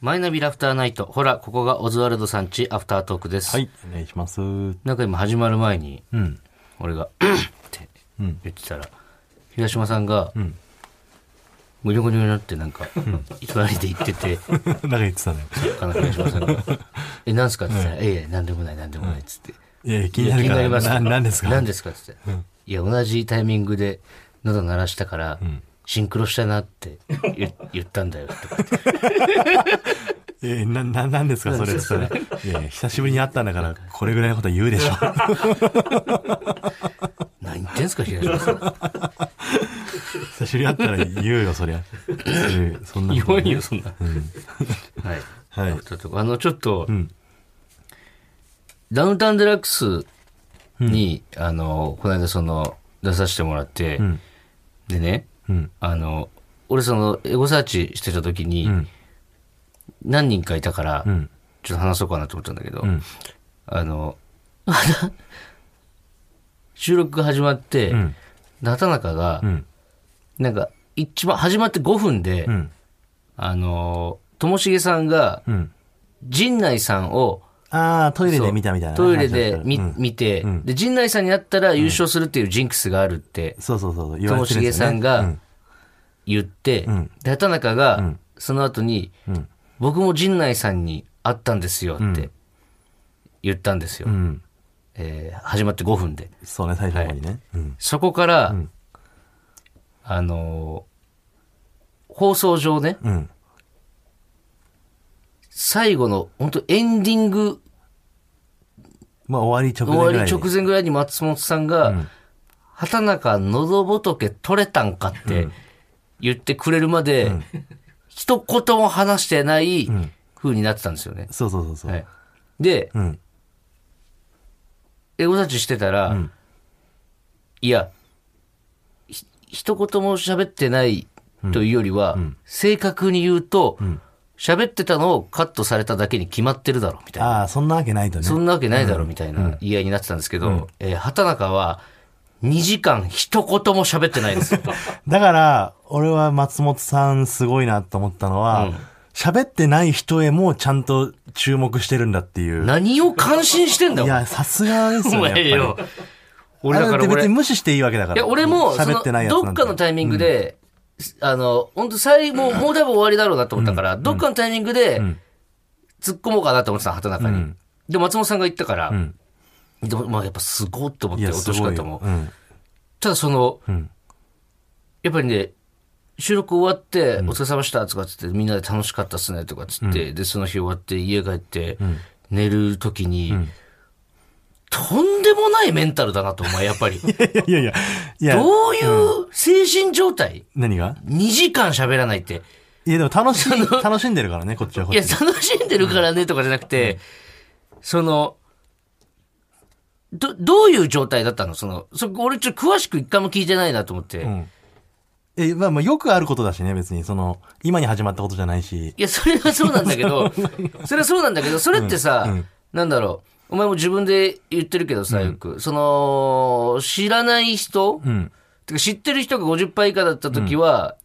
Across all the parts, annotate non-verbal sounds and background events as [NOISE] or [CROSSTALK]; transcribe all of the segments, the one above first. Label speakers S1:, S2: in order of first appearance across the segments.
S1: マイナビラフターナイト。ほら、ここがオズワルドさんちアフタートークです。
S2: はい、お願いします。うん。 [LAUGHS]
S1: なんか今始まる前に、俺が、って
S2: うん
S1: 言ってたら、東島さんが、
S2: ん
S1: ぐにょぐにょになってなんか、隣で言ってて、
S2: なんか言ってたね。
S1: かな東島さんが、え、なんすかって言ったら、ええ、なんでもない、なんでもない、つって。
S2: いや、気
S1: い
S2: に
S1: や
S2: な
S1: 気
S2: る
S1: に
S2: か
S1: なり
S2: ら。
S1: ます
S2: ななんですか
S1: 何ですかって言って、いや、同じタイミングで喉鳴らしたから、シンクロしたなって言言ったんだよとかって。
S2: え、な、な、なんですかそれって言ったら。いやいや、久しぶりに会ったんだから、これぐらいのこと言うでしょ。 [LAUGHS]
S1: 何言ってんすか、東野さん。
S2: 久しぶりに会ったら言うよ、そりゃ。そういうそんな
S1: 言
S2: こと
S1: わん
S2: ね。
S1: よ、そんな。はい。
S2: はい。
S1: ちょっとあの、ちょっと、
S2: ん
S1: ダウンタウンデラックスに、あの、この間その、出させてもらって、
S2: うん。
S1: でね、
S2: うん。
S1: あの、俺その、エゴサーチしてた時に、
S2: うん。
S1: 何人かいたから、
S2: うん。
S1: ちょっと話そうかなと思ったんだけど、
S2: うん。
S1: あの、 [LAUGHS] 収録が始まって、
S2: うん。
S1: 畑中が
S2: う、ん。
S1: なんか、一番、始まって5分で、
S2: うん。
S1: あの、ともしげさんが、
S2: うん。
S1: 陣内さんを、
S2: ああ、トイレ
S1: そ
S2: で
S1: う
S2: 見たみたいなね。
S1: トイレで見,、
S2: うん
S1: 見て、
S2: うん
S1: で、陣内さんになったら優勝するっていうジンクスがあるって
S2: そうそうそうそう。言
S1: と
S2: わ
S1: も
S2: れて
S1: し
S2: る
S1: げ
S2: ですよ
S1: さ
S2: ね
S1: んが
S2: うん
S1: 言って、
S2: ん
S1: で、畑中が、
S2: ん
S1: その後に、
S2: うん
S1: 僕も陣内さんに会ったんですよって言ったんですよ。
S2: うん。
S1: えー始まって5分で。
S2: そうね、最初の方にね。うん。
S1: そこから、あのー放送上ね、
S2: うん。
S1: 最後の、本当エンディング
S2: まあ、終わり直
S1: 終
S2: 前ぐら
S1: わ
S2: いに。
S1: り直前ぐらいに松本さんが、畑中喉仏取れたんかって言ってくれるまで、一言も話してない風になってたんですよね。
S2: そうそうそうそう。
S1: はい、で、
S2: うん。
S1: エゴサーチしてたら、いや、ひ一言も喋ってないというよりは、正確に言うと、喋ってたのをカットされただけに決まってるだろ、みたいな。
S2: ああ、そんなわけないとね。
S1: そんなわけないだろ、みたいな言い合いになってたんですけど、えー畑中は、2時間一言も喋ってない
S2: [LAUGHS]
S1: ですよ。
S2: だから、俺は松本さんすごいなと思ったのは、喋ってない人へもちゃんと注目してるんだっていう。
S1: 何を感心してんだ
S2: い
S1: よ、
S2: や、さすがです
S1: お
S2: よね。やっぱ
S1: 前
S2: り
S1: よ。俺だ
S2: あ
S1: か
S2: れ
S1: ら
S2: って別
S1: 俺、
S2: に
S1: い
S2: 無視していいわけだから。
S1: や、俺も、そ
S2: 喋
S1: の
S2: ってないやつなんて
S1: どっかのタイミングで、あの、本当最後、もう多分終わりだろうなと思ったから、どっかのタイミングで、突っ込もうかなと思ってた、畑中に。で、松本さんが言ったから、
S2: ん
S1: でも、まあ、やっぱすごいと思っ
S2: い
S1: て、
S2: や、
S1: 落
S2: す
S1: とし
S2: ごい
S1: 方も
S2: よ。。うん。 [LAUGHS]
S1: ただその、
S2: ん
S1: やっぱりね、収録終わって、お疲れ様でしたとかっつって、みんなで楽しかったっすねとかっつって、で、その日終わって家帰って、寝るときに、とんでもないメンタルだなと、お前、やっぱり。
S2: [LAUGHS] いやいや、いや、
S1: どういう精神状態、
S2: 何が
S1: ?2 時間喋らないって。
S2: いや、でも楽しん、 [LAUGHS] 楽しんでるからね、こっちはこ
S1: い
S2: っ
S1: や、
S2: ちで。
S1: 楽しんでるからねとかじゃなくて、その、ど、どういう状態だったのその、そこ俺ちょっと詳しく一回も聞いてないなと思って。
S2: んえ、まあまあ、よくあることだしね、別に。その、今に始まったことじゃないし。
S1: いや、それはそうなんだけ
S2: [LAUGHS]
S1: ど、それはそうなんだけど、それってさ、なんだろう、お前も自分で言ってるけどさ、よく、その、知らない人、
S2: うん。
S1: てか知ってる人が50杯以下だった時は、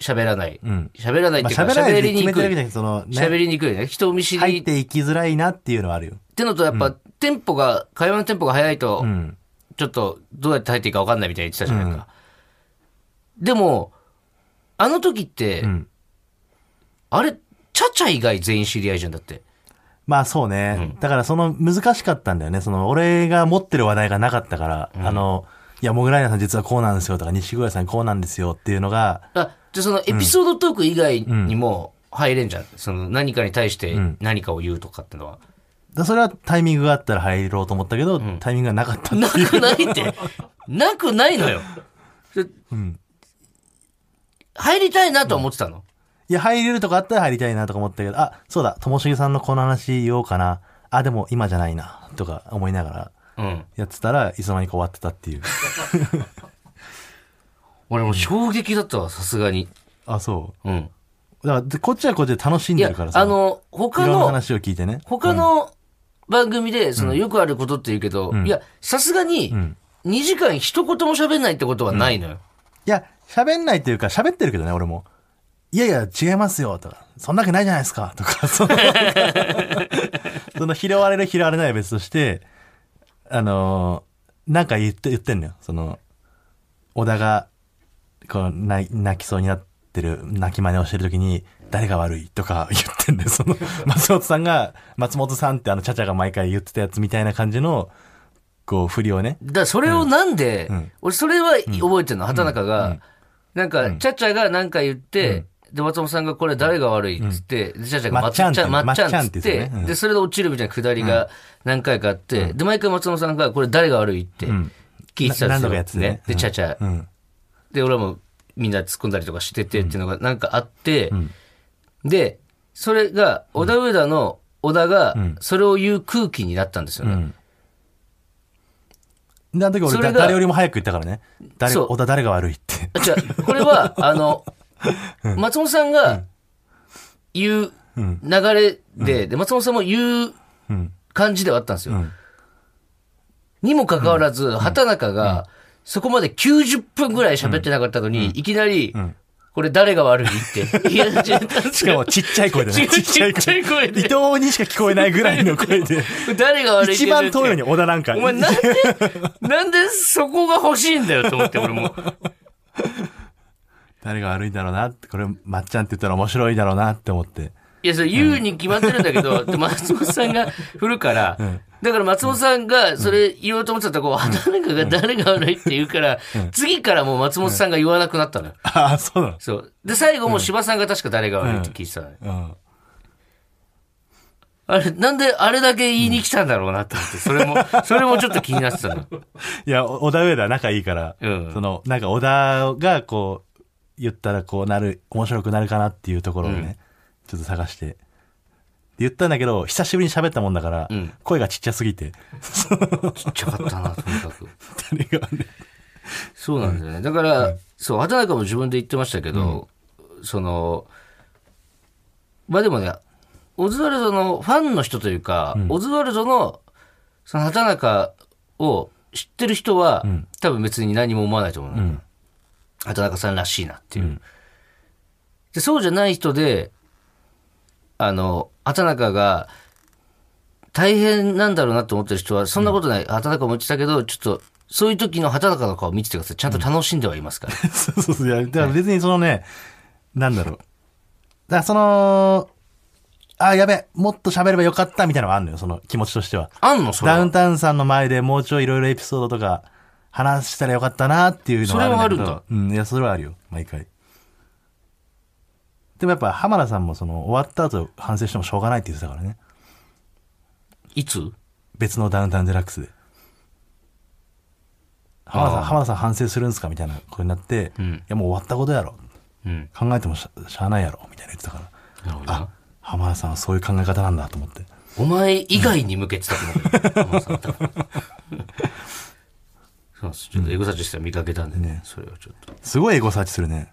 S1: 喋らない
S2: ん。
S1: 喋らないっ
S2: まあ、
S1: ていうか、
S2: 喋らない
S1: 喋
S2: で
S1: り
S2: 決
S1: に
S2: めて
S1: く。
S2: るわけじゃないくて、その、ね、
S1: 喋りにくいね。人見知
S2: 入
S1: り
S2: っ
S1: って
S2: いきづらいなっていうのはあるよ。
S1: てのと、やっぱ、テンポが、会話のテンポが早いと
S2: う、ん。
S1: ちょっと、どうやって入っていいか分かんないみたいに言ってたじゃないか。でも、あの時って
S2: ん、
S1: あれ、チャチャ以外全員知り合いじゃんだって。
S2: まあそうね。だからその難しかったんだよね。その俺が持ってる話題がなかったから、あの、いや、モグライダーさん実はこうなんですよとか、西村さんこうなんですよっていうのが、
S1: あ、じゃあそのエピソードトーク以外にも入れんじゃん。その何かに対して何かを言うとかってのは。
S2: だそれはタイミングがあったら入ろうと思ったけど、タイミングがなかった。
S1: なくないって。なくないのよ。そ入りたいなとは思ってたの。
S2: いや、入れるとかあったら入りたいなとか思ったけど、あ、そうだ、ともしげさんのこの話言おうかな。あ、でも今じゃないな、とか思いながら
S1: うん。
S2: やってたら、いつの間にか終わって
S1: [LAUGHS]
S2: たっていう。
S1: 俺もう衝撃だったわ、さすがに。
S2: あ、そ
S1: うん。
S2: う。だからで、こっちはこっちで楽しん
S1: い
S2: で
S1: や
S2: るから、さ。
S1: あの、
S2: い
S1: 他
S2: ろんな
S1: の、
S2: 話を聞いてね。
S1: 他の番組で、そのよくあることって言うけど、いや、さすがに、2時間一言も喋んないってことはないのよ。
S2: いや、喋んないというか、喋ってるけどね、俺も。いやいや、違いますよ、とか、そんなわけないじゃないですか、とか、 [LAUGHS] その、その拾われる、拾われないは別として、あのーなんか言って、言ってんのよ。その、小田が、こう、泣泣きそうになってる、泣き真似をしてる時に、誰が悪いとか言ってんだよ。その、松本さんが、松本さんってあの、ちゃちゃが毎回言ってたやつみたいな感じの、こう、振りをね。
S1: だからそれをなんで、
S2: ん
S1: 俺それは覚えてるの、畑中が、なんか、ちゃちゃがなんか言って、で、松本さんがこれ誰が悪いっつって、で、ちゃちゃが
S2: まっちゃんって
S1: まっちゃんまっちゃんっ
S2: ま
S1: つ
S2: っ
S1: っ
S2: ちゃんって言
S1: て
S2: うんですよねうん
S1: で、それで落ちるみたいな下りが何回かあって、で、毎回松本さんがこれ誰が悪いって聞いてたんですよ。
S2: な何度かやってたねう
S1: で、
S2: ん
S1: ちゃちゃ、
S2: うん。
S1: で、俺はもうみんな突っ込んだりとかしててっていうのがなんかあって、で、それが、小田上田の小田が、それを言う空気になったんですよね。
S2: で、あの時
S1: そ
S2: 俺
S1: れ
S2: だ、
S1: が
S2: 誰よりも早く言ったからね。誰、
S1: そう
S2: 小田誰が悪いって。
S1: じゃあこれ
S2: [LAUGHS]
S1: は、あの、松本さんが言う流れで、で、松本さんも言う
S2: うん。
S1: 感じではあったんですよ。
S2: ん
S1: にもかかわらず、畑中が、そこまで90分ぐらい喋ってなかったのに、いきなり、これ誰が悪いっ
S2: [LAUGHS]
S1: て言い始めたんです
S2: しか
S1: よ
S2: も。ちっちゃい声で
S1: [LAUGHS]
S2: ね。
S1: ちっちゃい声で
S2: 伊 [LAUGHS] 藤にしか聞こえないぐらいの声で。
S1: 誰が悪いって
S2: 一
S1: 言う
S2: 番遠いのに小田なんか。
S1: お前なんで、なんでそこが欲しいんだよと思って、俺も。
S2: 誰が悪いんだろうなって、これ、まっちゃんって言ったら面白いだろうなって思って。
S1: いや、それ言うに決まってるんだけど、で松本さんが振るから、だから松本さんがそれ言おうと思ってたとこ、畑中が誰が悪いって言うから、次からもう松本さんが言わなくなったのよ。
S2: ああ、そうなの
S1: そう。で、最後も柴さんが確か誰が悪いって聞いてたのよ。
S2: うん。
S1: あれ、なんであれだけ言いに来たんだろうなと思って、それも、それもちょっと気になってたの。
S2: いや、お小田上田仲いいから、
S1: うん
S2: その、なんか小田がこう、言ったらこうなる、面白くなるかなっていうところをね、ちょっと探して。で言ったんだけど、久しぶりに喋ったもんだから、
S1: ん
S2: 声がちっちゃすぎ
S1: [LAUGHS]
S2: て、
S1: ちっちゃかったな、とにかく。
S2: 誰が悪い
S1: そうなんだよね。だから、そう、畑中も自分で言ってましたけど、その、まあでもね、オズワルドのファンの人というか、オズワルドの、その畑中を知ってる人は、多分別に何も思わないと思うの、畑中さんらしいなっていう。で、そうじゃない人で、あの、畑中が、大変なんだろうなと思ってる人は、そんなことない。畑中も言ってたけど、ちょっと、そういう時の畑中の顔見ててください。ちゃんと楽しんではいます [LAUGHS] から。
S2: そうそうそう。いや、だから別にそのね、なんだろう。だからその、あ、やべ、もっと喋ればよかったみたいなのがあるのよ、その気持ちとしては。
S1: あんのそれ
S2: ダウ
S1: は。
S2: ンタウンさんの前でもうちょいいろいろエピソードとか話したらよかったなっていうのがあるんだけど。
S1: それは
S2: うん、いや、それはあるよ、毎回。でもやっぱ浜田さんもその終わった後反省してもしょうがないって言ってたからね。
S1: いつ
S2: 別のダウンタウンデラックスで。浜田さん、浜田さん反省するんですかみたいなことになって、
S1: ん
S2: いやもう終わったことやろ。
S1: うん。
S2: 考えてもしゃしゃあないやろみたいな言ってたから
S1: なるほどな。
S2: 浜田さんはそういう考え方なんだと思って
S1: お前以外に向けてたと [LAUGHS] 思う。そうなんです。ちょっとエゴサーチしたら見かけたんでね
S2: ね。
S1: それはちょっ
S2: すごいエゴサーチするね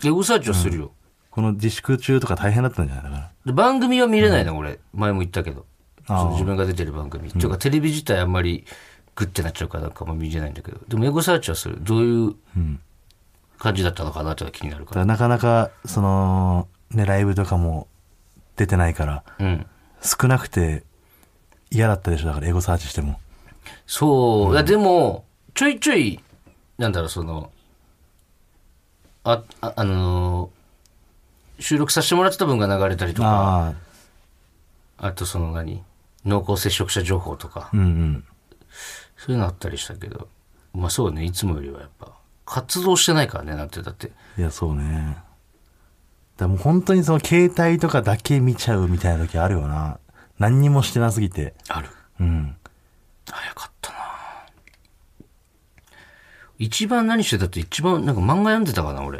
S1: と。エゴサーチはするよ。
S2: この自粛中とか大変だったんじゃないだから
S1: で番組は見れないの、俺。前も言ったけど。そ
S2: ああ
S1: の自分が出てる番組。っていうか、テレビ自体あんまりグッてなっちゃうからなんかも見れないんだけど。でもエゴサーチはする。どういう感じだったのかなってのが気になる
S2: だ
S1: か
S2: からなかなかそのねライブとかも出てないから
S1: ら。うん。
S2: 少なくて嫌だったでしょだからエゴサーチしても
S1: そう、いやでも、ちょいちょい、なんだろう、その、あ、あ、あのー収録させてもらってた分が流れたりとか、
S2: あ
S1: あとその何、濃厚接触者情報とか
S2: あ、うんうん
S1: そういうのあったりしたけど、まあそうね、いつもよりはやっぱ、活動してないからね、なんて、だって。
S2: いやそうねだからもう本当にその携帯とかだけ見ちゃうみたいな時あるよな何にもしてなすぎて
S1: ある。
S2: うん
S1: 早かったな一番何してたって一番、なんか漫画読んでたかな、俺。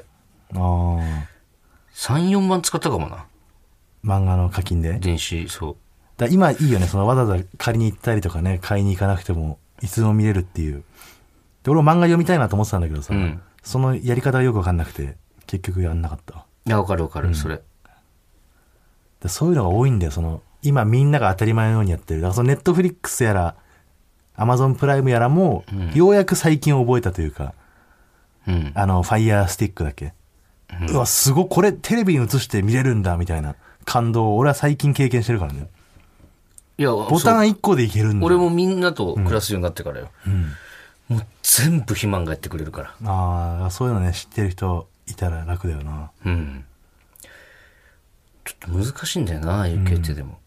S2: ああ
S1: 3、4番使ったかもな。
S2: 漫画の課金で
S1: 電子、そう。
S2: だから今いいよね、そのわざわざ借りに行ったりとかね、買いに行かなくても、いつでも見れるっていう。で、俺も漫画読みたいなと思ってたんだけどさ、
S1: うん
S2: そのやり方がよくわかんなくて、結局やんなかったわ。
S1: いや、わかるわかる、それ。
S2: でそういうのが多いんだよ、その、今みんなが当たり前のようにやってる。だからそのネットフリックスやら、アマゾンプライムやらも、ようやく最近覚えたというか、
S1: うん。
S2: あの、ファイヤースティックだっけうわ、すごい、これテレビに映して見れるんだ、みたいな感動を俺は最近経験してるからね。
S1: いや、
S2: ボ
S1: そう
S2: タン1個でいけるんだ。
S1: 俺。もみんなと暮らすようになってからよ。もう全部肥満がやってくれるから。
S2: ああ、そういうのね、知ってる人いたら楽だよな。
S1: うん。ちょっと難しいんだよな、ああいう系ってでも。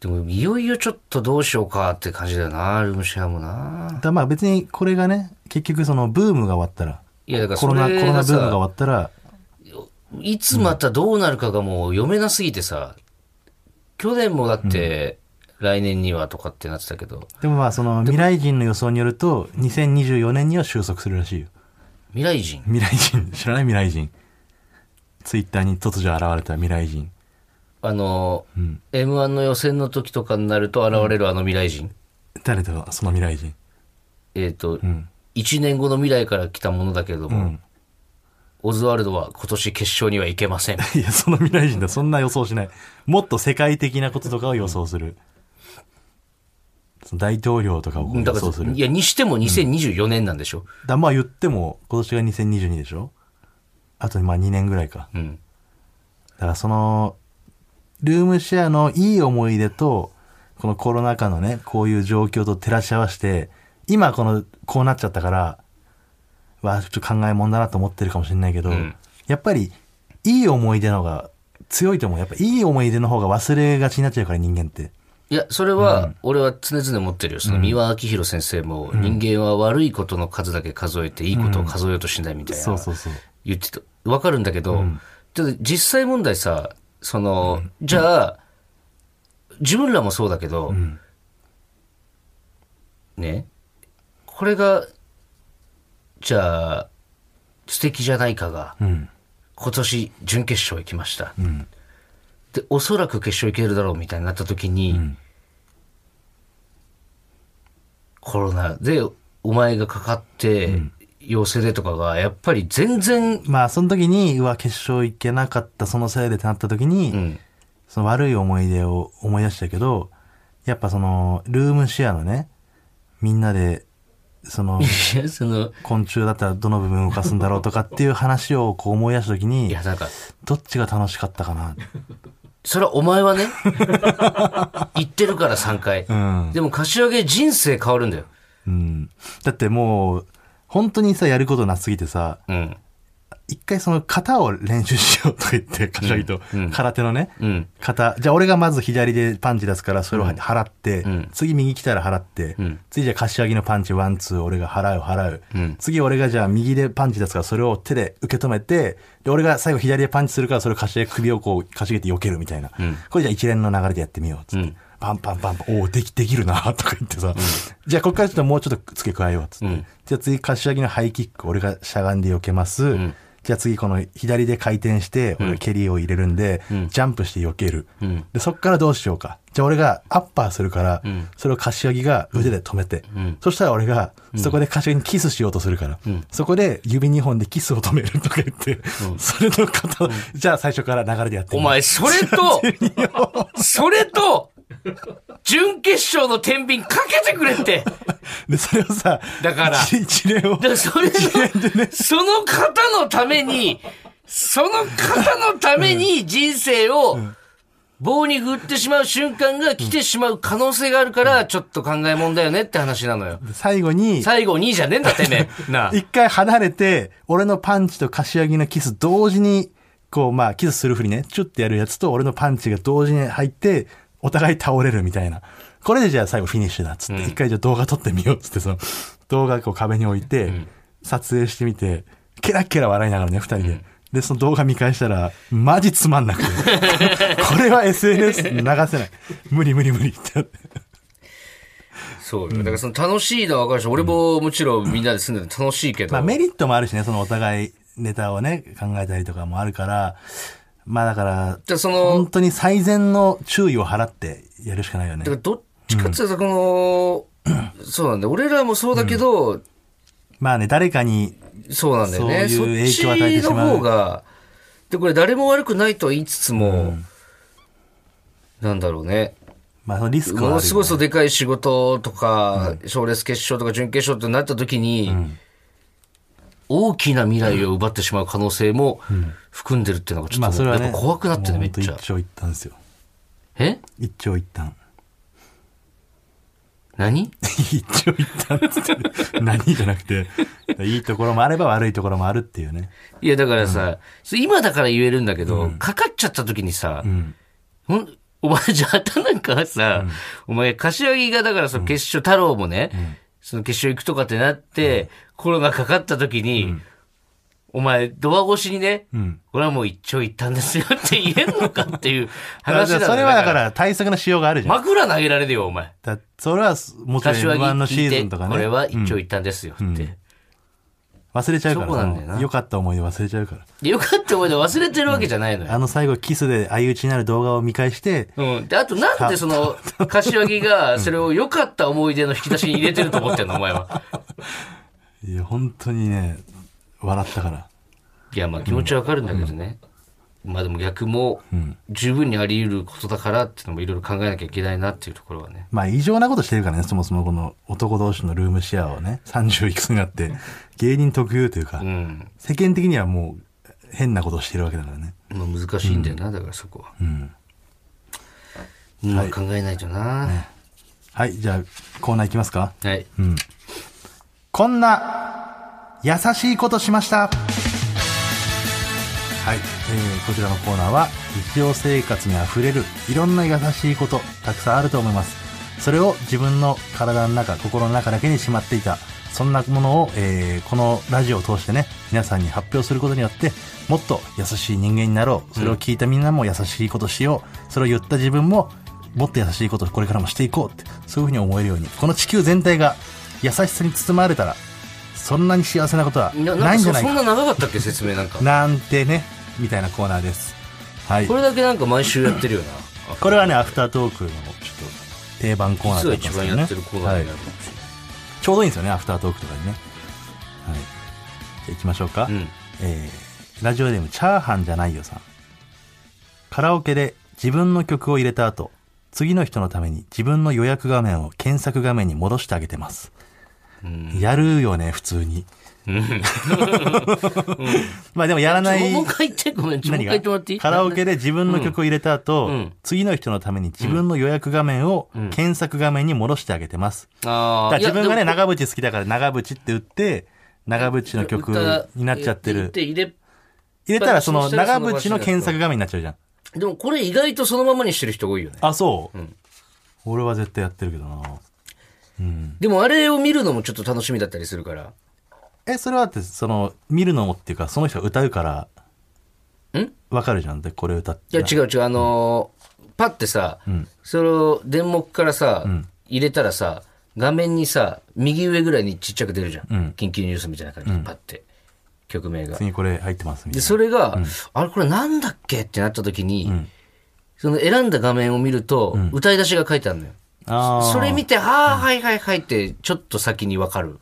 S1: でも、いよいよちょっとどうしようかって感じだよな、ルームシェアもな。
S2: だまあ別にこれがね、結局そのブームが終わったら、
S1: いや、だから
S2: コ
S1: そ
S2: ロ
S1: れ
S2: ナ、コロナ
S1: が
S2: ブームが終
S1: さ、
S2: わったら、
S1: いつまたどうなるかがもう読めなすぎてさ、去年もだって、来年にはとかってなってたけど、
S2: でもまあその未来人の予想によると、2024年には収束するらしいよ。
S1: 未来人。
S2: 未来人、知らない未来人。ツイッターに突如現れた未来人。
S1: あの、
S2: うん。
S1: M1 の予選の時とかになると現れるあの未来人。
S2: 誰だその未来人。
S1: えっ、と、
S2: うん。
S1: 1年後の未来から来たものだけれど
S2: う
S1: も、
S2: ん。
S1: オズワルドは今年決勝には行けま
S2: [LAUGHS]
S1: せん。
S2: いや、その未来人だ。そんな予想しない。もっと世界的なこととかを予想する。その大統領とかをこう
S1: だ
S2: 予
S1: か
S2: 想す
S1: ら、
S2: る。
S1: いや、にしても2024年なんでしょ。
S2: だまあ言っても、今年が2022でしょあとまあ2年ぐらいか。
S1: うん。
S2: だからその、ルームシェアのいい思い出と、このコロナ禍のね、こういう状況と照らし合わせて、今この、こうなっちゃったから、わあちょっと考えもんだなと思ってるかもしれないけど、
S1: うん
S2: やっぱり、いい思い出の方が強いと思う。やっぱいい思い出の方が忘れがちになっちゃうから人間って。
S1: いや、それは、俺は常々思ってるよ。その、三輪明宏先生も、人間は悪いことの数だけ数えて、いいことを数えようとしないみたい
S2: そう
S1: な、
S2: そうそう。
S1: 言ってた。わかるんだけど、ただ実際問題さ、その、じゃあ、自分らもそうだけど、ね、これが、じゃあ、素敵じゃないかが、
S2: うん。
S1: 今年準決勝行きました。
S2: うん。
S1: で、おそらく決勝行けるだろうみたいになった時に、コロナでお前がかかって、陽性でとかが、やっぱり全然、
S2: まあ、その時に、うわ、決勝行けなかった、そのせいでってなった時に、
S1: うん、
S2: その悪い思い出を思い出したけど、やっぱその、ルームシェアのね、みんなで、その、
S1: いや、その、
S2: 昆虫だったらどの部分を動かすんだろうとかっていう話をこう思い出した時
S1: い
S2: に
S1: や、、なんか、
S2: どっちが楽しかったかな。
S1: それはお前はね、言ってるから3回。
S2: うん。
S1: でも、柏木人生変わるんだよ。
S2: うん。だってもう、本当にさ、やることなすぎてさ、
S1: うん、
S2: 一回その型を練習しようとか言って、柏木と、
S1: うん
S2: 空手のね、
S1: うん、
S2: 型。じゃあ俺がまず左でパンチ出すから、それを払って、
S1: うん
S2: 次右来たら払って、
S1: うん
S2: 次じゃあ柏木のパンチワンツー俺が払う払う。
S1: うん。
S2: 次俺がじゃあ右でパンチ出すからそれを手で受け止めて、で俺が最後左でパンチするからそれを柏木首をこうかしげて避けるみたいな。
S1: ん
S2: これじゃあ一連の流れでやってみようっつって。
S1: うん
S2: パンパンパンパン、おお、でき、できるな、とか言ってさ、じゃあこっからちょっともうちょっと付け加えよう、つって。
S1: うん
S2: じゃあ次、柏木のハイキック、俺がしゃがんで避けます。
S1: ん
S2: じゃあ次、この左で回転して、俺が蹴りを入れるんで、
S1: ん
S2: ジャンプして避ける。
S1: うん、
S2: で、そっからどうしようか。じゃあ俺がアッパーするから、
S1: ん
S2: それを柏木が腕で止めて、
S1: うん
S2: そしたら俺が、そこで柏木にキスしようとするから、
S1: ん
S2: そこで指2本でキスを止めるとか言って、それの方、じゃあ最初から流れでやって
S1: お
S2: みよう
S1: 前、それと、それと、準決勝の天秤かけてくれって。
S2: で、それをさ、
S1: だから
S2: 一一連
S1: だ
S2: を
S1: か、らそれの、その方のために、その方のために人生を棒に振ってしまう瞬間が来てしまう可能性があるから、ちょっと考えもんだよねって話なのよ。
S2: 最後に、
S1: 最後2位じゃねえんだ、てめえ。なあ。
S2: 一回離れて、俺のパンチと柏木のキス同時に、こう、まあ、キスするふりね、チュッてやるやつと俺のパンチが同時に入って、お互い倒れるみたいな。これでじゃあ最後フィニッシュだっつって、一、回じゃあ動画撮ってみようっつって、その、動画こう壁に置いて、撮影してみて、ケラケラ笑いながらね、二人で。で、その動画見返したら、マジつまんなくて。これは SNS 流せない。無理無理無理ってなって。
S1: そうよ。だからその楽しいのはわかるし、俺ももちろんみんなで住んでて楽しいけど。
S2: まあメリットもあるしね、そのお互いネタをね、考えたりとかもあるから、まあだから、
S1: じゃあそ
S2: 本
S1: の、
S2: 当に最善の注意を払ってやるしかないよね
S1: だか。らどっちかっていうと、この、そうなんだ。俺らもそうだけど、
S2: まあね、誰かに、
S1: そうなんだよね。
S2: そ
S1: そう
S2: いう
S1: っ
S2: 影響を与えて
S1: ち
S2: し
S1: の
S2: まう
S1: 方が、で、これ誰も悪くないとは言いつつも、なんだろうね。
S2: まあそのリスクはある
S1: も
S2: よ
S1: の
S2: ね
S1: すごいそうでかい仕事とか、賞、レース決勝とか準決勝となった時に、大きな未来を奪ってしまう可能性も含んでるっていうのがちょっと、やっぱ怖くなってね、
S2: も
S1: め
S2: う
S1: っちゃ
S2: 本当。一長一短ですよ。
S1: え
S2: 一長一短。 [LAUGHS]
S1: 何
S2: 一長一短っつって、何じゃなくて、いいところもあれば悪いところもあるっていうね。
S1: いや、だからさ、今だから言えるんだけど、かかっちゃった時にさ、ほんお前、じゃあ、たなんかさ、お前、柏木がだからその決勝、太郎もね、その決勝行くとかってなって、コロナかかった時に、お前、ドア越しにね、これはもう一長一短ですよって言えんのかっていう
S2: [LAUGHS]
S1: 話なんだよ
S2: それはだか、ら対策のしようがあるじゃん。
S1: 枕投げられるよ、お前。
S2: だそれはもちろ
S1: 柏
S2: ん M1
S1: 木
S2: のシ
S1: 聞い
S2: ーズ
S1: て、
S2: ンとか
S1: これ
S2: ね。
S1: は一長一短ですよって。
S2: 忘れちゃうから
S1: そこなんだよな
S2: その良かった思い出忘れちゃうから。
S1: でよかった思いで忘れてるわけじゃないのよ。
S2: あの最後キスで相打ちになる動画を見返して、
S1: うん。で、あとなんでその、柏木がそれを良かった思い出の引き出しに入れてると思ってんの、お前
S2: [LAUGHS]
S1: は。
S2: いや、本当にね、笑ったから。
S1: いや、まあ気持ちわかるんだけどね。まあでも逆も十分にあり得ることだからっていうのもいろいろ考えなきゃいけないなっていうところはね。
S2: まあ異常なことしてるからね、そもそもこの男同士のルームシェアをね、30いくつになって、芸人特有というか、
S1: うん。
S2: 世間的にはもう変なことをしてるわけだからね。
S1: まあ難しいんだよな、だからそこは。
S2: うん。
S1: うん、まあ考えないとな。
S2: はい、じゃあコーナーいきますか。
S1: はい。
S2: こんな優しいことしましたはい、えーこちらのコーナーは日常生活にあふれるいろんな優しいことたくさんあると思いますそれを自分の体の中心の中だけにしまっていたそんなものを、えーこのラジオを通してね皆さんに発表することによってもっと優しい人間になろうそれを聞いたみんなも優しいことしよう、それを言った自分ももっと優しいことをこれからもしていこうってそういうふうに思えるようにこの地球全体が優しさに包まれたらそんなに幸せなことは
S1: な
S2: ないん
S1: ん
S2: じゃ
S1: かそ
S2: ない
S1: そんな
S2: か
S1: 長かったっけ、説明なんか。
S2: なんてね、みたいなコーナーです。はい。
S1: こ
S2: これ
S1: れだけなんか毎週やってるよな。
S2: はね、アフタートークのちょっと定番コーナー
S1: 実
S2: だ
S1: は
S2: った
S1: 一番
S2: んですけどね
S1: やってるコーナーになる
S2: はい
S1: かもし
S2: ちょうどいいんですよね、アフタートークとかにね。はい。じゃあ行きましょうか。
S1: れない。うん。
S2: えーラジオネーム、チャーハンじゃないよさん。カラオケで自分の曲を入れた後、次の人のために自分の予約画面を検索画面に戻してあげてます。
S1: うん
S2: やるよね、普通に。 [LAUGHS]
S1: うん。
S2: まあでもやらない。
S1: もう一回言って、ごめん。ちょもう
S2: 何
S1: 一回言
S2: が
S1: ってもらっていい
S2: カラオケで自分の曲を入れた後、
S1: うん
S2: 次の人のために自分の予約画面を検索画面に戻してあげてます。
S1: あ
S2: だから自分がね、
S1: 長
S2: 長渕好きだから長渕って打って、長渕の曲になっちゃってる。
S1: 入れ
S2: 入れたらその
S1: そしたら
S2: 長
S1: その
S2: 渕の検索画面になっちゃうじゃん。
S1: でもこれ意外とそのままにしてる人が多いよね。
S2: あ、そう、
S1: ん
S2: 俺は絶対やってるけどな。
S1: でもあれを見るのもちょっと楽しみだったりするから。
S2: え、それはだって、その、見るのもっていうか、その人が歌うから、
S1: ん
S2: わかるじゃん。で、これ歌っ
S1: い
S2: て。
S1: や違う違う、あのーパってさ、それを電目からさ、入れたらさ、画面にさ、右上ぐらいにちっちゃく出るじゃん。緊急ニュースみたいな感じでパって、曲名が。
S2: 次これ入ってますみ
S1: で、
S2: たいな。
S1: それが、あれこれなんだっけってなった時に、その選んだ画面を見ると、歌い出しが書いてあるのよ。
S2: あー
S1: それ見て、ああ、はいはいはいって、ちょっと先にわかる。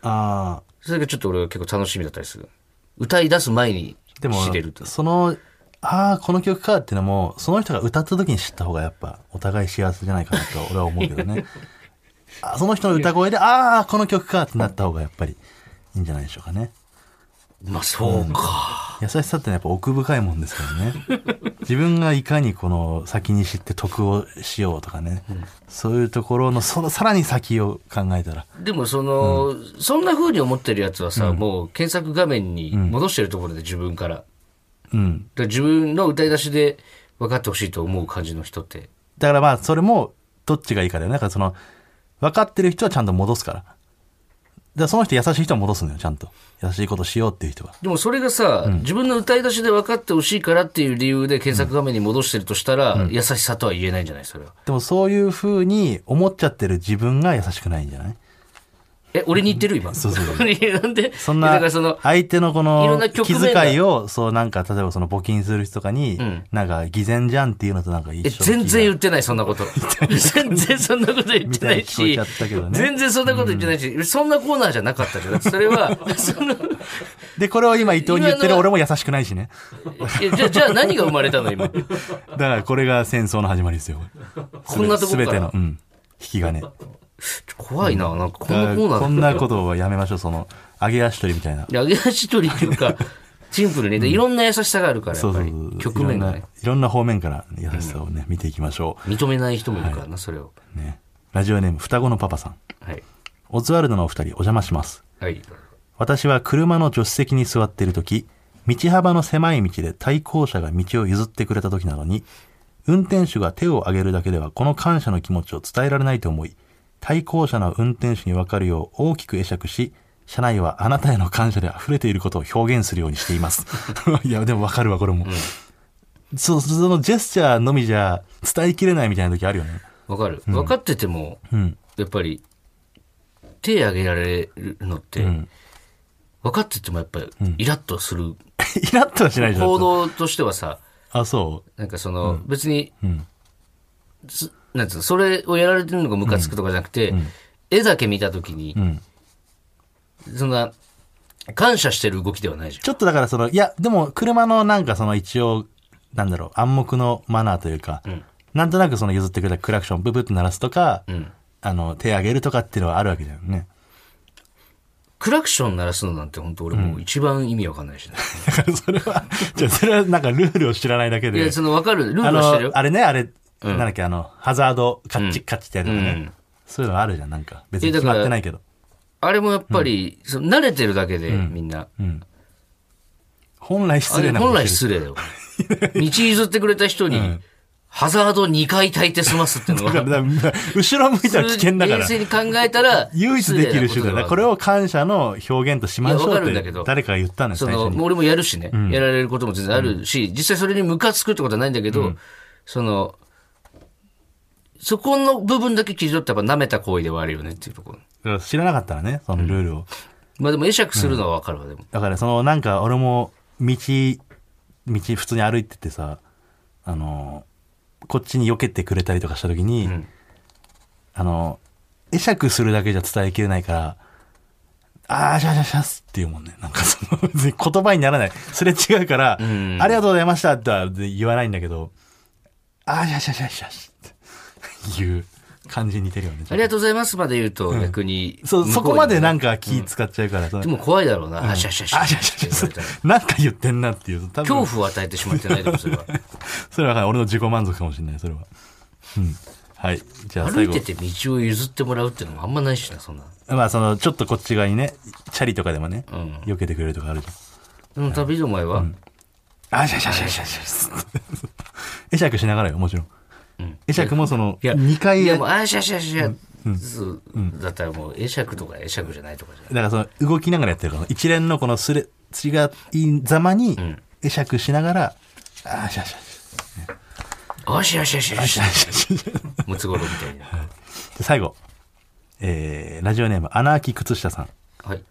S2: あー
S1: それがちょっと俺は結構楽しみだったりする。歌い出す前に
S2: でも
S1: 知れると。
S2: そのああこの曲かっていうのもその人が歌った時に知った方がやっぱお互い幸せじゃないかなと俺は思うけ
S1: [LAUGHS]
S2: どねあその人の歌声でああこの曲かってなった方がやっぱりいいんじゃないでしょうかね
S1: まあそうか。
S2: 優しさってのはやっぱ奥深いもんですから
S1: [LAUGHS]
S2: ね自分がいかにこの先に知って得をしようとかね、そういうところのそのさらに先を考えたら
S1: でもその、そんな風に思ってるやつはさ、もう検索画面に戻してるところで自分から。だか
S2: うん
S1: ら自分の歌い出しで分かってほしいと思う感じの人って。
S2: だからまあそれもどっちがいいかだよねだからその分かってる人はちゃんと戻すからだからその人優しい人は戻すのよちゃんと優しいことしようっていう人は
S1: でもそれがさ、自分の歌い出しで分かってほしいからっていう理由で検索画面に戻してるとしたら、優しさとは言えないんじゃないそれは。
S2: でもそういう風に思っちゃってる自分が優しくないんじゃない
S1: え、俺に言ってる今。
S2: そうそう
S1: [LAUGHS] いやなんで
S2: そん
S1: いや
S2: な
S1: だからその、
S2: 相手のこ
S1: いろん
S2: の
S1: な
S2: 気
S1: 局面が
S2: 遣いをそうなんか例えばその募金する人とかになんか偽善じゃんっていうのとなんか一
S1: え、
S2: 緒
S1: 全然言ってない、そんな
S2: [LAUGHS]
S1: こと。全然そんなこと言ってない
S2: み
S1: し、
S2: たいに聞こえちゃったけどね
S1: 全然そんなこと言ってないし、そんなコーナーじゃなかったじゃん。それ
S2: [LAUGHS]
S1: は、その、
S2: でこれを今伊藤に言って
S1: 今
S2: る
S1: の
S2: 俺も優しくないしね
S1: いやじゃあ、じゃあ何が生まれたの、今。
S2: だからこれが戦争の始まりですよ
S1: こんなとこか
S2: 全
S1: ら
S2: ての、うん、引き金
S1: 怖いな、なんかこんなコーナーだった
S2: こんなことはやめましょう、その、揚げ足取りみたいな。
S1: で揚げ足取りっていうか、 [LAUGHS] シンプルに、でいろんな優しさがあるから、や
S2: そう
S1: っ
S2: そ
S1: ぱ
S2: う
S1: り
S2: そう。、
S1: 局面がね、
S2: いろんな。いろんな方面から優しさをね、見ていきましょ
S1: 認めない人もいるからな、それを。
S2: う。ね。ラジオネーム、双子のパパさん。
S1: はい。
S2: オズワルドのお二人、お邪魔します。
S1: はい。
S2: 私は車の助手席に座っている時道幅の狭い道で対向車が道を譲ってくれた時などに運転手が手を挙げるだけではこの感謝の気持ちを伝えられないと思い対向車の運転手に分かるよう大きく会釈し車内はあなたへの感謝で溢れていることを表現するようにしています [LAUGHS] いやでも分かるわこれも、そうそのジェスチャーのみじゃ伝えきれないみたいな時あるよね [LAUGHS]
S1: わかる。分かってても、
S2: うん
S1: やっぱり、手挙げられるのって、分かっててもやっぱり、イラッとする。
S2: イラッとはしないじゃん
S1: 行動としてはさ、
S2: あそう
S1: なんかその、別に、すなんつうの、それをやられてるのがムカつくとかじゃなくて、絵だけ見たときに、そんな、感謝してる動きではないじゃん。
S2: ちょっとだからその、いや、でも車のなんかその一応、なんだろう、暗黙のマナーというか、なんとなくその譲ってくれたクラクションブブって鳴らすとか、あの、手上げるとかっていうのはあるわけだよね。 [LAUGHS]
S1: クラクション鳴らすのなんて本当俺もう一番意味わかんないしね。
S2: だからそれは、じゃあそれはなんかルールを知らないだけ
S1: いや、
S2: で、
S1: そのわかる、ルー
S2: あ
S1: ルはしてるよ
S2: の、。あれね、あれ、なんだっけ、あの、ハザードカッチカッチってやるとかね、
S1: うん
S2: そういうのあるじゃん、なんか。別に
S1: いやだ
S2: 決
S1: から
S2: まってないけど。
S1: あれもやっぱり、その慣れてるだけで、みんな。
S2: 本来
S1: あ
S2: 失
S1: れ
S2: 礼なこ
S1: 本
S2: と
S1: 来
S2: して
S1: 失礼だよ。
S2: [LAUGHS]
S1: 道譲ってくれた人に、ハザード2回焚いて済ますっての
S2: [LAUGHS] る。だ
S1: は、
S2: から、だから後ろ向いたら危険だから
S1: 冷。静に考えたら、
S2: [LAUGHS] 唯一できる手段だ。これ
S1: を。
S2: を感謝の表現としましょ
S1: いやわか
S2: う
S1: る
S2: っ
S1: んだけ
S2: て
S1: ど、
S2: 誰かが言ったんです、
S1: そ
S2: 最初
S1: の、
S2: に
S1: もう。俺もやるしね、やられることも全然あるし、実際それにムカつくってことはないんだけど、その、そこの部分だけ切り取ってやっぱ舐めた行為ではあるよねっていうところ。
S2: 知らなかったらね、そのルールを。
S1: まあでも会釈するのはわかるわ、でも。
S2: だから、その、なんか、俺も、道、道、普通に歩いててさ、あの、こっちに避けてくれたりとかした時に、
S1: ん
S2: あの、会釈するだけじゃ伝えきれないから、あー、シャシャシャスっていうもんね。なんかその、 [LAUGHS] 別に言葉にならない。すれ違うから、
S1: ん
S2: ありがとうございましたっては言わないんだけど、あー、シャシャシャシャシっていう感じに似てるよね。
S1: ありがとうございますまで言うと逆に、
S2: そう、そこまで
S1: な。
S2: なんか気使っちゃうから、その
S1: でも怖いだろうな。あしゃしゃしゃ
S2: あ、
S1: し
S2: じ
S1: ゃっ
S2: ゃ
S1: て
S2: じゃ
S1: 言われたら。
S2: [LAUGHS] なんか言ってんなっていう。多分
S1: 恐怖を与えてしまってないでもそれは。
S2: それは俺の自己満足かもしれない、それは。うん。はい。じゃあ
S1: 歩
S2: [LAUGHS] 最
S1: い
S2: 後
S1: て。て道を譲ってもらうっていうのもあんまないしな、そんな。
S2: まあ、その、ちょっとこっち側にね、チャリとかでもね、
S1: ん
S2: 避けてくれるとかあるじ
S1: その旅の前は、
S2: ゃん。あ、じゃじゃじゃじゃじゃ。 [LAUGHS] 会釈しながらよ、もちろん。会釈もその、
S1: いや、
S2: 2回
S1: いや、
S2: や、
S1: もう、
S2: だか
S1: あしゃしゃしゃ、そうだったらもう、会釈とか会釈じゃないとかじゃ
S2: らその、動きながらやってるから、一連のこのすれ、違いざまに、会釈しながら、あ、じゃじゃ
S1: ない。あしゃしゃしゃし
S2: じ
S1: ゃ、
S2: ゃじ
S1: [LAUGHS]
S2: ゃじゃ。
S1: ムツゴロウみたいな。
S2: で最後、えーラジオネーム、アナーキ靴下さん。
S1: はい。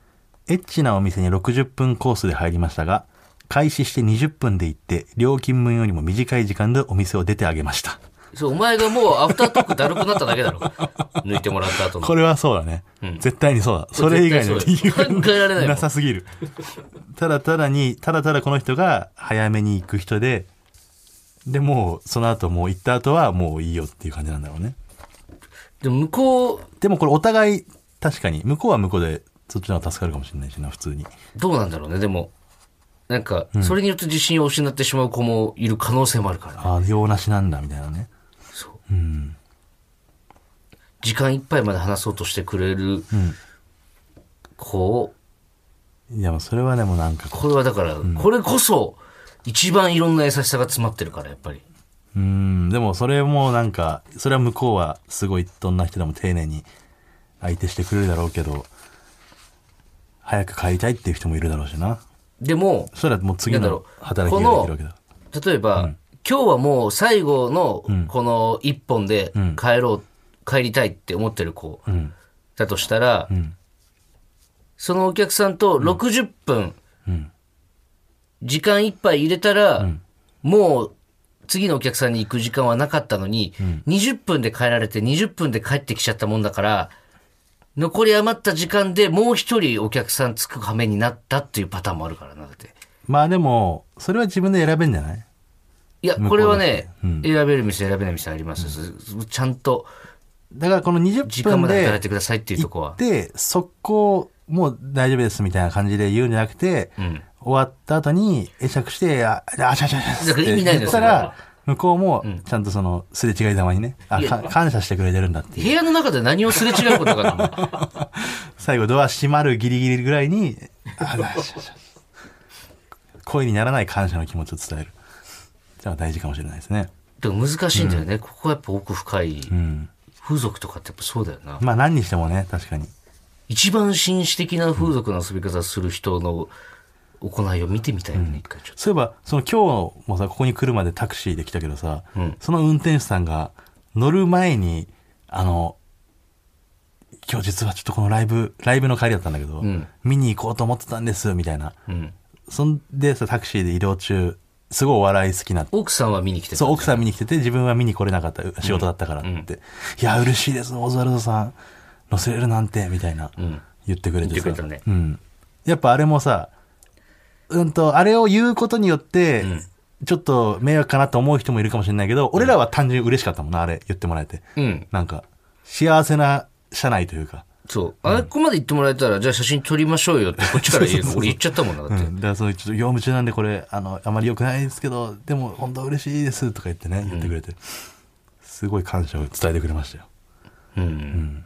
S2: エッチなお店に60分コースで入りましたが、開始して20分で行って、料金分よりも短い時間でお店を出てあげました。
S1: そう、お前がもうアフタートークだるくなっただけだろ。抜いてもらった後の。
S2: これはそうだね。絶対にそうだ。それ以外の理由
S1: 絶対そうだよ考えられないもん
S2: なさすぎる。ただただに、ただただこの人が早めに行く人で、で、もう、その後もう行った後はもういいよっていう感じなんだろうね。
S1: でも向こう、
S2: でもこれお互い、確かに、向こうは向こうで、そっちの方が助かるかもしれないしな、普通に。
S1: どうなんだろうね、でも。なんか、それによって自信を失ってしまう子もいる可能性もあるからね。
S2: ああ、用なしなんだ、みたいなね。
S1: そう。時間いっぱいまで話そうとしてくれる子を、
S2: いや、もうそれはでもなんかこ
S1: これはだから、これこそ、一番いろんな優しさが詰まってるから、やっぱり。
S2: う、うん、でもそれもなんか、それは向こうはすごいどんな人でも丁寧に相手してくれるだろうけど、早く帰りたいっていう人もいるだろうしな。
S1: でも、
S2: そしたらもう次
S1: なんだろ
S2: の
S1: う
S2: 働きができるわけだ。
S1: 例えば、今日はもう最後のこの一本で帰ろう、帰りたいって思ってる子だとしたら、そのお客さんと60分、時間いっぱい入れたら、もう次のお客さんに行く時間はなかったのに、20分で帰られて20分で帰ってきちゃったもんだから、残り余った時間でもう一人お客さんつく羽目になったっていうパターンもあるからな、だって。
S2: まあでも、それは自分で選べんじゃない
S1: いや、
S2: 向
S1: こ
S2: こう
S1: れ
S2: だ
S1: は
S2: し
S1: ね、選べる店、選べない店あります、ちゃんと
S2: だからこの
S1: 時
S2: 20
S1: 間
S2: 分
S1: まで働い
S2: で
S1: てくださいっていうとこ
S2: 行っ
S1: は。
S2: て、速攻もう大丈夫ですみたいな感じで言うんじゃなくて、
S1: ん
S2: 終わった後に会釈して、あ、あ、しゃしゃしゃ
S1: だから意味ないの
S2: 言った
S1: それは
S2: ら、向こうも、ちゃんとその、すれ違いざまにね、あ、か感謝してくれてるんだって
S1: 部
S2: いう。
S1: 屋の中で何をすれ違うことか
S2: [LAUGHS]
S1: な。
S2: 最後、ドア閉まるギリギリぐらいに、あ、あしゃしゃ声にならない感謝の気持ちを伝える。じゃあ大事かもしれないですね。
S1: でも難しいんだよね。ここはやっぱ奥深い。
S2: うん。
S1: 風俗とかってやっぱそうだよな。
S2: まあ何にしてもね、確かに。
S1: 一番紳士的な風俗の遊び方する人の行いを見てみたいよね、一回ちょっと。
S2: そういえば、その今日もさ、ここに来るまでタクシーで来たけどさ、
S1: うん
S2: その運転手さんが乗る前に、あの、今日実はちょっとこのライブ、ライブの帰りだったんだけど、
S1: ん
S2: 見に行こうと思ってたんです、みたいな。
S1: うん。
S2: そんでさ、タクシーで移動中、すごいお笑い好きな。
S1: 奥さんは見に来てた。
S2: そう、奥さん見に来てて、自分は見に来れなかった、仕事だったからって。いや、嬉しいです、オズワルドさん。乗せれるなんて、みたいな。
S1: うん。
S2: 言ってくれて
S1: 言って
S2: さ
S1: くれたね
S2: うん、やっぱあれもさうんとあれを言うことによって、ちょっと迷惑かなと思う人もいるかもしれないけど俺らは単純に嬉しかったもんなあれ言ってもらえて
S1: うん。
S2: なんか幸せな社内というか、
S1: そう。あれここまで言ってもらえたら、じゃあ写真撮りましょうよって、こっちから言うの。俺言っちゃったもんな、だ
S2: う
S1: って。
S2: ん、だからそういうちょっと業務中なんでこれあのあまり良くないですけどでも本当嬉しいですとか言ってね言ってくれて、すごい感謝を伝えてくれましたよ
S1: うん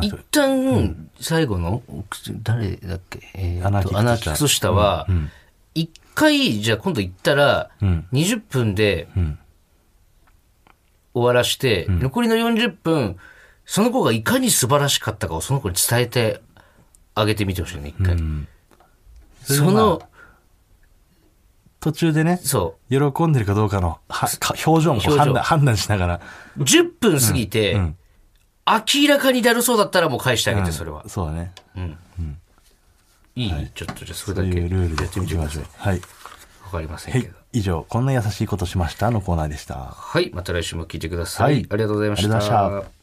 S1: 一旦、最後の、奥さん誰だっけえーと
S2: アナキ
S1: アナ
S2: 靴
S1: キ
S2: 下
S1: 靴下は、一回、じゃあ今度行ったら、
S2: ん
S1: 20分で
S2: うん
S1: 終わらして、残りの40分、その子がいかに素晴らしかったかをその子に伝えてあげてみてほしいね、一回。
S2: れで
S1: その、
S2: 途中でね
S1: そ
S2: 喜んでるかどうかのはか表情もこう
S1: 表
S2: 判
S1: 情
S2: 断判断しながら
S1: う、10分過ぎて、
S2: うん
S1: 明らかにだるそうだったらもう返してあげて、それは。
S2: そうだね
S1: いい、ちょっとじゃあそれ
S2: と
S1: だけ
S2: いうルール
S1: や
S2: で
S1: っ
S2: やって
S1: て
S2: み
S1: みて
S2: てみ
S1: く
S2: ま
S1: だ
S2: し
S1: さ
S2: ょ。。
S1: いう
S2: はい。
S1: わかりません
S2: は
S1: け
S2: い
S1: ど。。
S2: 以上、こんな優しいことしましたのコーナーでした。
S1: はい、また来週も聞いてください。
S2: はい
S1: ありがとうございまし
S2: ありがとうございま
S1: た
S2: した。